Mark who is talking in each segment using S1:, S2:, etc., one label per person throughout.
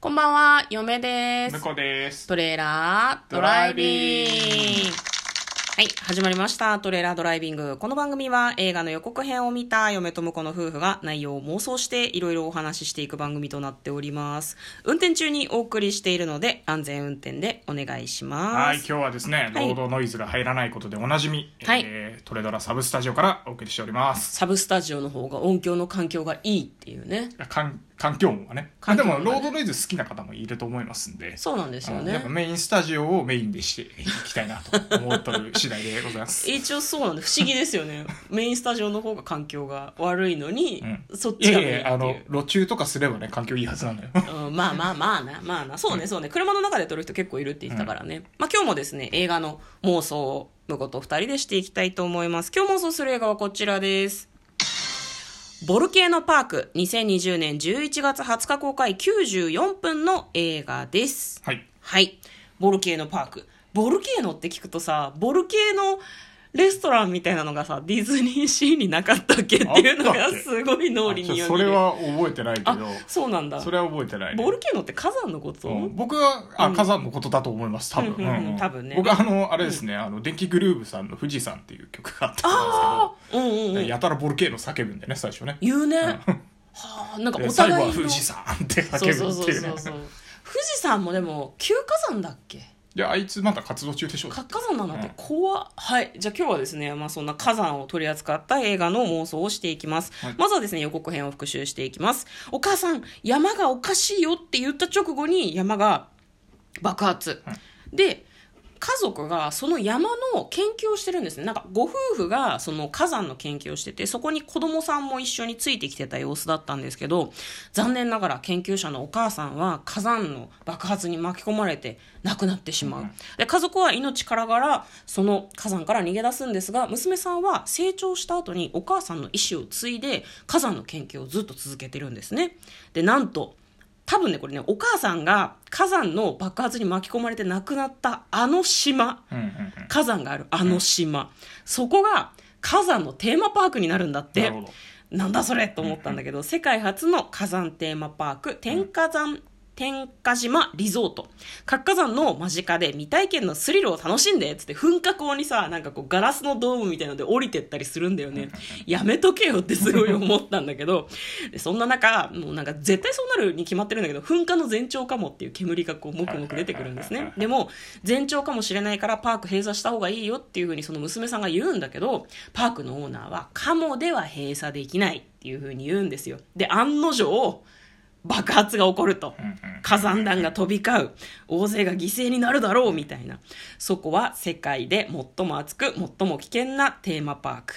S1: こんばんは、嫁です
S2: 向。こうです。
S1: トレーラードライビング。はい、始まりました。トレーラードライビング。この番組は映画の予告編を見た嫁と婿の夫婦が内容を妄想していろいろお話ししていく番組となっております。運転中にお送りしているので安全運転でお願いしま
S2: はい、今
S1: す。
S2: 日はですね、
S1: はい
S2: ロードノイズが入らないことでおなじみ、
S1: はい
S2: えートレドラサブスタジオからお送りしております。
S1: サブスタジオの方が音響の環境がいいっていうね。
S2: 環環境音はね。
S1: 環境
S2: で
S1: 音は
S2: も、
S1: ね
S2: ロードノイズ好きな方もいると思いますんで、
S1: そうなんですよ
S2: あのやっぱ
S1: ね。
S2: メインスタジオをメインでしていきたいなと思っとる次第でござい ます。
S1: 一応そうなんで不思議ですよ ね。メインスタジオの方が環境が悪いのに、
S2: うん
S1: そっ
S2: い
S1: ち
S2: や
S1: が
S2: い
S1: メインっていう。
S2: や、あの、路中とかすればね、環境いいはずなのよ。
S1: うんまあまあまあな、まあな。そうね、そうね。車の中で撮る人結構いるって言ってたからね。まあ今日もですね、映画の妄想を、婿と二人でしていきたいと思います。今日妄想する映画はこちらです。ボルケーノパーク、2020年11月20日公開94分の映画です。
S2: はい。
S1: はい。ボルケーノパーク。ボルケーノって聞くとさ、ボルケーノレストランみたいなのがさ、ディズニーシーになかったっけっていうの
S2: あっ
S1: が
S2: たっけ
S1: すごい脳裏
S2: あちょ
S1: によ
S2: それは覚えてないけ
S1: あ
S2: ど、、
S1: そうなんだ。
S2: それは覚えてないね。
S1: ボルケーノって火山のこと、
S2: うん僕は、あ、火山のことだと思います、多分。
S1: うんうんうん多分ね
S2: 僕はあの、あれですね、あの、電気グルーヴさんの富士山っていう曲があったん
S1: ああうん
S2: です
S1: うんう
S2: け
S1: ん
S2: ど、やたらボルケーノ叫ぶんだよね、最初ね。
S1: 言うね、
S2: ん
S1: はあなんか
S2: で
S1: お
S2: 最後
S1: 互
S2: は
S1: の
S2: い富士山って
S1: そう
S2: 叫
S1: そう
S2: ぶっ
S1: そ
S2: て
S1: う
S2: いう
S1: そ
S2: ね
S1: う。そう富士山もでも旧火山だっけ
S2: いや、あいつまだ活動中でしょ。
S1: 活火山なんだっ
S2: う
S1: て
S2: ん
S1: 怖っはいじゃあ今日はですね、まあ、そんな火山を取り扱った映画の妄想をしていきます、
S2: はい
S1: まずはですね予告編を復習していきますお母さん山がおかしいよって言った直後に山が爆発、で家族がその山の研究をしてるんですねなんかご夫婦がその火山の研究をしててそこに子供さんも一緒についてきてた様子だったんですけど残念ながら研究者のお母さんは火山の爆発に巻き込まれて亡くなってしまうで家族は命からがらその火山から逃げ出すんですが娘さんは成長した後にお母さんの意思を継いで火山の研究をずっと続けてるんですねでなんと多分ねこれねお母さんが火山の爆発に巻き込まれて亡くなったあの島
S2: うんうんうん
S1: 火山があるあの島、そこが火山のテーマパークになるんだっ
S2: な
S1: て
S2: るほど。
S1: なんだそれと思ったんだけど、世界初の火山テーマパーク、天火山、天下島リゾート。活火山の間近で未体験のスリルを楽しんで、つって噴火口にさ、なんかこうガラスのドームみたいので降りてったりするんだよね。やめとけよってすごい思ったんだけど、でそんな中、もうなんか絶対そうなるに決まってるんだけど、噴火の前兆かもっていう煙がこうもくもく出てくるんですね。でも、前兆かもしれないからパーク閉鎖した方がいいよっていうふうにその娘さんが言うんだけど、パークのオーナーは、カモでは閉鎖できないっていうふうに言うんですよ。で、案の定、爆発が起こると。
S2: うんうん
S1: 火山弾が飛び交う大勢が犠牲になるだろうみたいなそこは世界で最も熱く最も危険なテーマパーク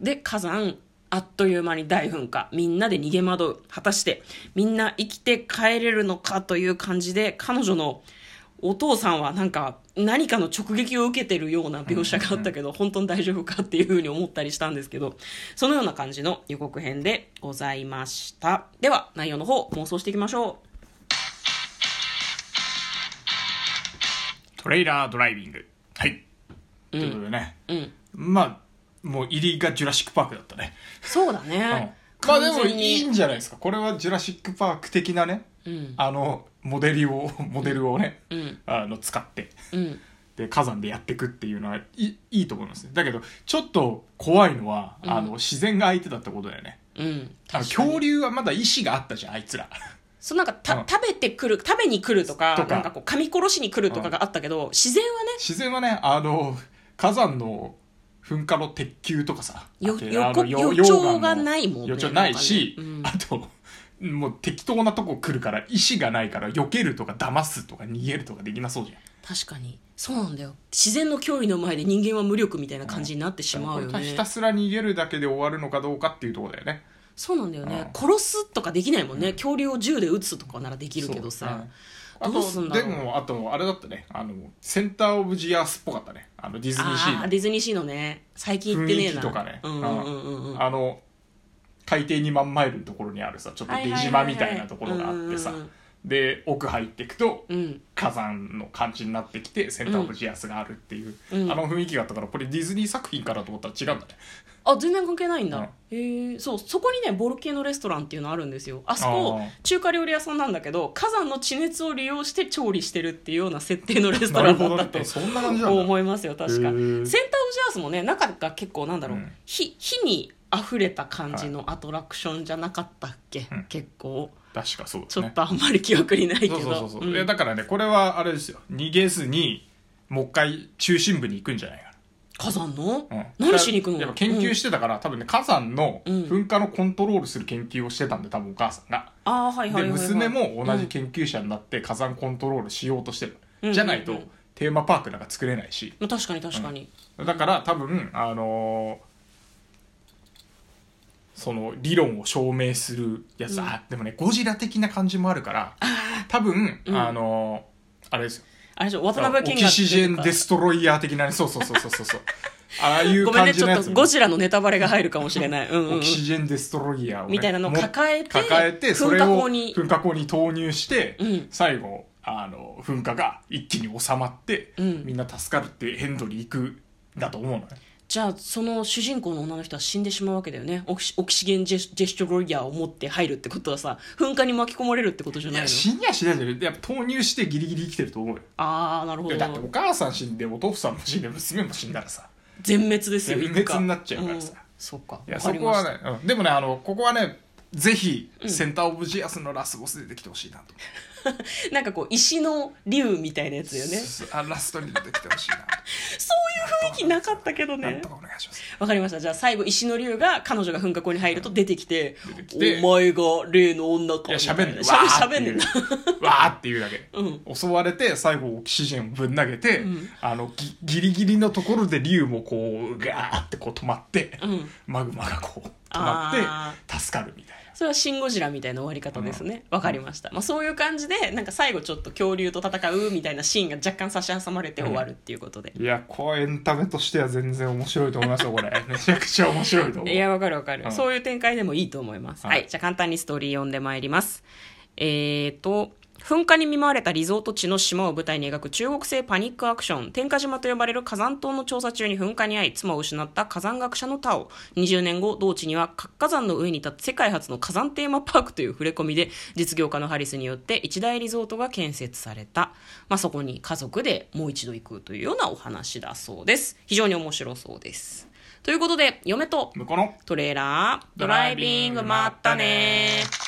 S1: で火山あっという間に大噴火みんなで逃げ惑う果たしてみんな生きて帰れるのかという感じで彼女のお父さんはなんか何かの直撃を受けてるような描写があったけど本当に大丈夫かっていうふうに思ったりしたんですけどそのような感じの予告編でございましたでは内容の方妄想していきましょう
S2: トレーラードライビング。はい。ということでね。
S1: うん、
S2: まあ、もう入りがジュラシックパークだったね。
S1: そうだ
S2: うん
S1: ね。
S2: まあ
S1: 完
S2: で
S1: 全に
S2: もいいんじゃないですか。これはジュラシックパーク的なね、
S1: うん、
S2: あの、モデルを、モデルをね、
S1: うん、
S2: あの、使って。
S1: うん、
S2: で火山でやっていくっていうのはいいいいと思いますねだけどちょっと怖いのは、あの自然が相手だってことだよね
S1: うん。
S2: あの
S1: 確かに
S2: 恐竜はまだ意志があったじゃんあいつら
S1: そうなんかた、
S2: うん
S1: 食べてくる、食べに来るとか、
S2: とか
S1: なんかこう、噛み殺しに来るとかがあったけど、自然はね、
S2: 自然はねあの火山の噴火の鉄球とかさ
S1: よ
S2: あと
S1: よ
S2: あの
S1: こ
S2: よ
S1: 予兆
S2: 溶岩の
S1: がないもんね
S2: 予兆ないし、
S1: なん
S2: あともう適当なとこ来るから意志がないから避けるとか騙すとか逃げるとかできなそうじゃん
S1: 確かに。そうなんだよ。自然の脅威の前で人間は無力みたいな感じになってしまうよ
S2: だからこれ
S1: ね
S2: ひ。たすら逃げるだけで終わるのかどうかっていうところだよね
S1: そうなんだよね。殺すとかできないもんね。恐竜を銃で撃つとかならできるけどさ。
S2: そううん
S1: どうすんだ
S2: あ
S1: ろう
S2: とでもあとあれだったねあのセンター・オブ・ジ・アースっぽかったねあのディズニーシ
S1: ああ、
S2: ー
S1: ディズニーシーのね、最近行
S2: の
S1: ってね
S2: 雰
S1: え
S2: 囲気
S1: な。
S2: とかね
S1: うんうんうんうんうん。
S2: あの海底2万マイルのところにあるさちょっと出島みたいなところがあって
S1: はいはいは
S2: さ
S1: いはいうんうんうん
S2: で奥入っていくと
S1: うん
S2: 火山の感じになってきてセンターオブジアスがあるっていう、
S1: うん
S2: あの雰囲気があったからこれディズニー作品からと思ったら違うんだね
S1: あ全然関係ないんだ、
S2: うん
S1: へえそうそこにねボルケーノレストランっていうのあるんですよあそこ
S2: あ
S1: 中華料理屋さんなんだけ ど火山の地熱を利用して調理してるっていうような設定のレストラ
S2: なる
S1: ンだ
S2: ほ
S1: っ
S2: ど
S1: た
S2: ね
S1: と
S2: そんな感じなん だ
S1: 思いますよ確かセンター・
S2: へ
S1: オ
S2: ー
S1: ブ・ジャースもね中が結構なんだろう、
S2: うん
S1: 火火に溢れた感じのアトラクションじゃなかったっけ、
S2: うん
S1: 結構
S2: 確かそうです
S1: ちょ
S2: ね
S1: っとあんまり記憶にないけど
S2: そうそうそうそう、
S1: うん
S2: いやだからねこれはあれですよ逃げずにもう一回中心部に行くんじゃないか
S1: 火山の、
S2: な、うん、
S1: 何しに行くの
S2: やっぱ研究してたから、多分ね火山の
S1: うん
S2: 噴火のコントロールする研究をしてたんで多分お母さんが、
S1: ああはいはいはい、はい、
S2: で娘も同じ研究者になって火山コントロールしようとしてる、
S1: うん
S2: じゃないと、
S1: うんうんうん
S2: テーマパークなんか作れないし
S1: うん確かに確かに、
S2: だから多分あのーその理論を証明するやつ、
S1: うん
S2: あでもねゴジラ的な感じもあるから多分、
S1: うん
S2: あのーあれですよ
S1: あれでしょ渡辺
S2: オ
S1: 謙が
S2: キシジェンデストロイヤー的なねそうそうそうそうそ うそうああいう
S1: ごめん
S2: 感
S1: ね
S2: じ
S1: ち
S2: の
S1: ょ
S2: や
S1: っ
S2: つ
S1: と
S2: も
S1: ゴジラのネタバレが入るかもしれないうんうん、う
S2: オ
S1: ん
S2: キ、シジェンデストロイヤーをね、
S1: みたいなのを抱えて
S2: も抱えてそ
S1: 噴
S2: れ
S1: 火
S2: を
S1: 口に
S2: 噴火口に投入して、
S1: うん
S2: 最後あの噴火が一気に収まって、
S1: うん
S2: みんな助かるってヘンドリー行くんだと思うのね
S1: じゃあその主人公の女の人は死んでしまうわけだよねオキシオキシゲンジェスジェスチャーロイヤーを持って入るってことはさ噴火に巻き込まれるってことじゃ
S2: い
S1: ない
S2: や
S1: の
S2: 死にはしないじゃんやっぱ投入してギリギリ生きてると思うよ
S1: ああなるほ
S2: で
S1: ど
S2: だってお母さん死んでお父さんも死んで娘も死んだらさ
S1: 全滅ですよ一
S2: 全
S1: 家
S2: 滅になっちゃうからさ
S1: んそっか
S2: いや
S1: わか
S2: そ
S1: り
S2: こ
S1: ま
S2: は
S1: した
S2: ね、うんでもねあのここはねぜひ
S1: うん
S2: センター・オブ・ジアスのラスボス出てきてほしいなと思
S1: なんかこう石の竜みたいなやつだよ
S2: う、
S1: ね
S2: あラストに出てきてほ しいなと
S1: そういう雰囲気なかったけど
S2: なん
S1: ね
S2: とかお願いします
S1: わかりましたじゃあ最後石の竜が彼女が噴火口に入ると出てきて
S2: 出てきて
S1: お前が例の女か
S2: いや、喋んね
S1: しゃべしゃべんねんな
S2: わーっていうだけ。
S1: うん
S2: 襲われて、最後、オキシジェンをぶん投げて、
S1: うん
S2: あの、ぎギリギリのところで竜もこう、ガーってこう止まって、
S1: うん
S2: マグマがこう、止ま
S1: あ
S2: って、助かるみたい
S1: それは「シン・ゴジラ」みたいな終わり方ですねわ、かりました、まあ、そういう感じでなんか最後ちょっと恐竜と戦うみたいなシーンが若干差し挟まれて終わるっていうことで、
S2: な。いや、こう、エンタメとしては全然面白いと思いますよ、これ。めちゃくちゃ面白いと思う。
S1: いやわかるわかる、
S2: うん
S1: そういう展開でもいいと思います、は
S2: はいい
S1: じゃあ簡単にストーリー読んでまいりますえー、と噴火に見舞われたリゾート地の島を舞台に描く中国製パニックアクション天下島と呼ばれる火山島の調査中に噴火に遭い妻を失った火山学者のタオ20年後同地には活火山の上に立つ世界初の火山テーマパークという触れ込みで実業家のハリスによって一大リゾートが建設された、まあ、そこに家族でもう一度行くというようなお話だそうです非常に面白そうですということで嫁と
S2: 向こうの
S1: トレーラードライビングまったねー